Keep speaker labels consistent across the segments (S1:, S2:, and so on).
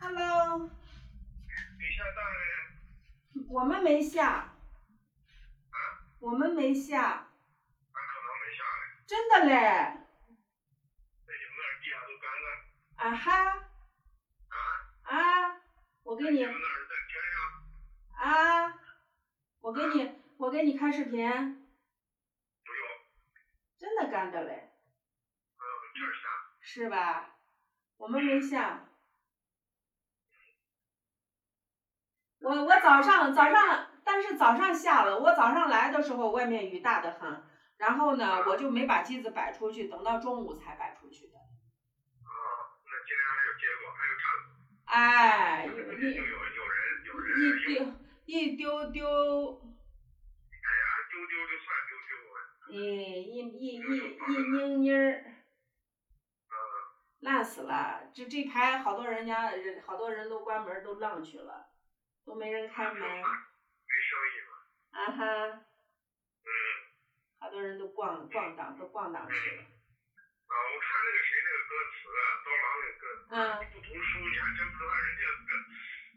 S1: Hello，
S2: 没下大呢？
S1: 我们没下，
S2: 啊，
S1: 我们没下，
S2: 俺可能没下呢。
S1: 真的嘞，
S2: 那你们那儿地下都干了
S1: 啊哈，
S2: 啊？
S1: 啊，我给
S2: 你
S1: 你
S2: 们那儿在天上
S1: 啊，我给你，我给你看视频，
S2: 不用，
S1: 真的干的嘞，
S2: 呃，这儿下。
S1: 是吧？我们没下。我我早上早上，但是早上下了。我早上来的时候，外面雨大的很，然后呢，我就没把机子摆出去，等到中午才摆出去的。
S2: 那今天还有结
S1: 哎，
S2: 果，还有成果，有有
S1: 一
S2: 有人有人
S1: 一
S2: 有，
S1: 丢一丢丢，
S2: 哎呀，丢丢就
S1: 哎，
S2: 算丢丢了。
S1: 一一一一拧拧儿，烂死了。这这排好多人家人，好多人都关门儿都浪去了，都没人开门。
S2: 没生意了，
S1: 啊哈，好多人都逛逛荡，都逛荡去了。
S2: 啊，我看那个谁那个歌词啊，刀郎那个歌，
S1: 嗯，
S2: 不读书你还真不看人家那个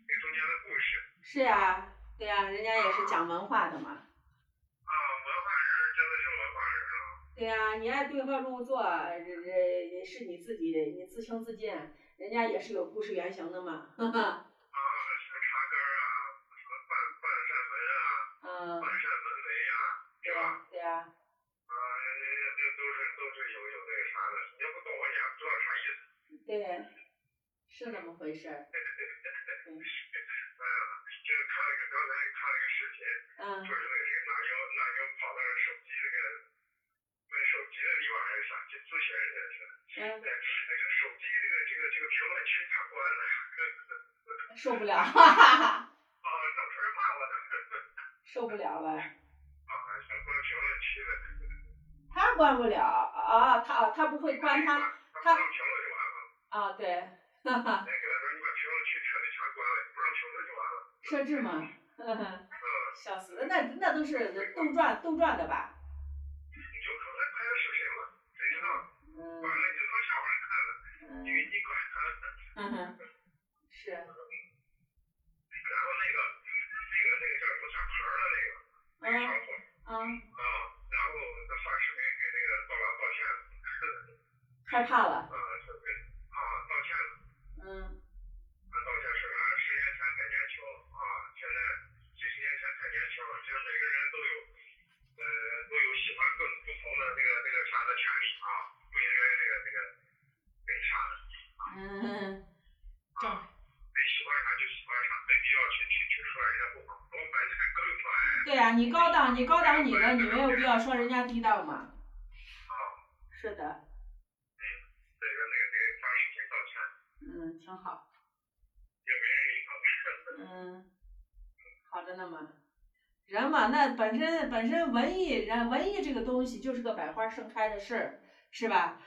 S2: 那中间的故事
S1: 是呀，对呀，人家也是讲文化的嘛。
S2: 啊，文化人真的是文化人啊，
S1: 对呀，你爱对号入座，这这是你自己，你自轻自贱，人家也是有故事原型的嘛。哈哈，
S2: 啊，什么插杆啊，什么半半扇门啊，
S1: 嗯
S2: 半，扇门楣啊，是
S1: 对
S2: 吧？
S1: 呀，对呀。
S2: 啊，人家这都是都是有有那个啥的，你要不懂我也不知道啥意思。
S1: 对，是那么回事儿。
S2: 哎呀，这个看了个刚才看了个视频。
S1: 嗯
S2: 说是那谁那英那英跑到手机那个卖手机的地方还是啥去咨询人家去了，
S1: 嗯，
S2: 那个手机这个这个这个评论区卡关了，
S1: 受不了， 哈哈哈，
S2: 啊，当时骂我呢，
S1: 受不了了。
S2: 啊，什么评论区的，
S1: 他关不了啊，他啊他不会关他
S2: 他不让评论就完了，
S1: 啊，对，哈哈，
S2: 哎，给他说你把评论区彻底全关了，不让评论就完了，
S1: 设置嘛，呵呵
S2: 嗯，
S1: 笑死了，那那都是杜撰杜撰的吧？
S2: 你就可能拍个视频嘛，谁知道，
S1: 嗯
S2: 反正你能下网看的，你
S1: 嗯
S2: 你管他，
S1: 嗯哼，是，
S2: 然后那个那个那个叫什么啥牌的那个那
S1: 嗯
S2: 个小伙。
S1: 嗯，
S2: 啊，然后那发视频给那个刀郎道歉了，
S1: 害怕了，
S2: 啊，是给啊道歉了，
S1: 嗯
S2: 那道歉说啥？十年前太年轻啊，现在几十年前太年轻了，其实每个人都有，呃，都有喜欢各种不同的那个那个啥的权利啊，不应该那个那个那个啥的，
S1: 嗯，
S2: 谁喜欢啥就喜欢啥，没必要去去去说人家不好，我感觉更有爱
S1: 对呀、你高档你高档你的，你没有必要说人家低档嘛。
S2: 啊，
S1: 是的，
S2: 那个那个给发视频道歉，
S1: 嗯，挺好，
S2: 也没人理他。
S1: 嗯，好着呢嘛。人嘛，那本身本身文艺人文艺这个东西就是个百花盛开的事儿，是吧？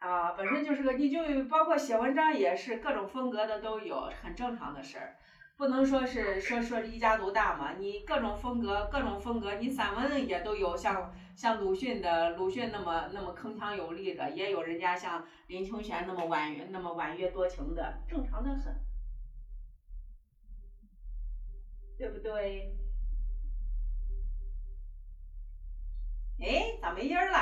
S1: 啊，本身就是个，你就包括写文章也是各种风格的都有，很正常的事儿，不能说是说说一家独大嘛。你各种风格，各种风格，你散文也都有像像鲁迅的鲁迅那么那么铿锵有力的，也有人家像林清玄那么婉约那么婉约多情的，正常的很，对不对？哎，咋没音儿了？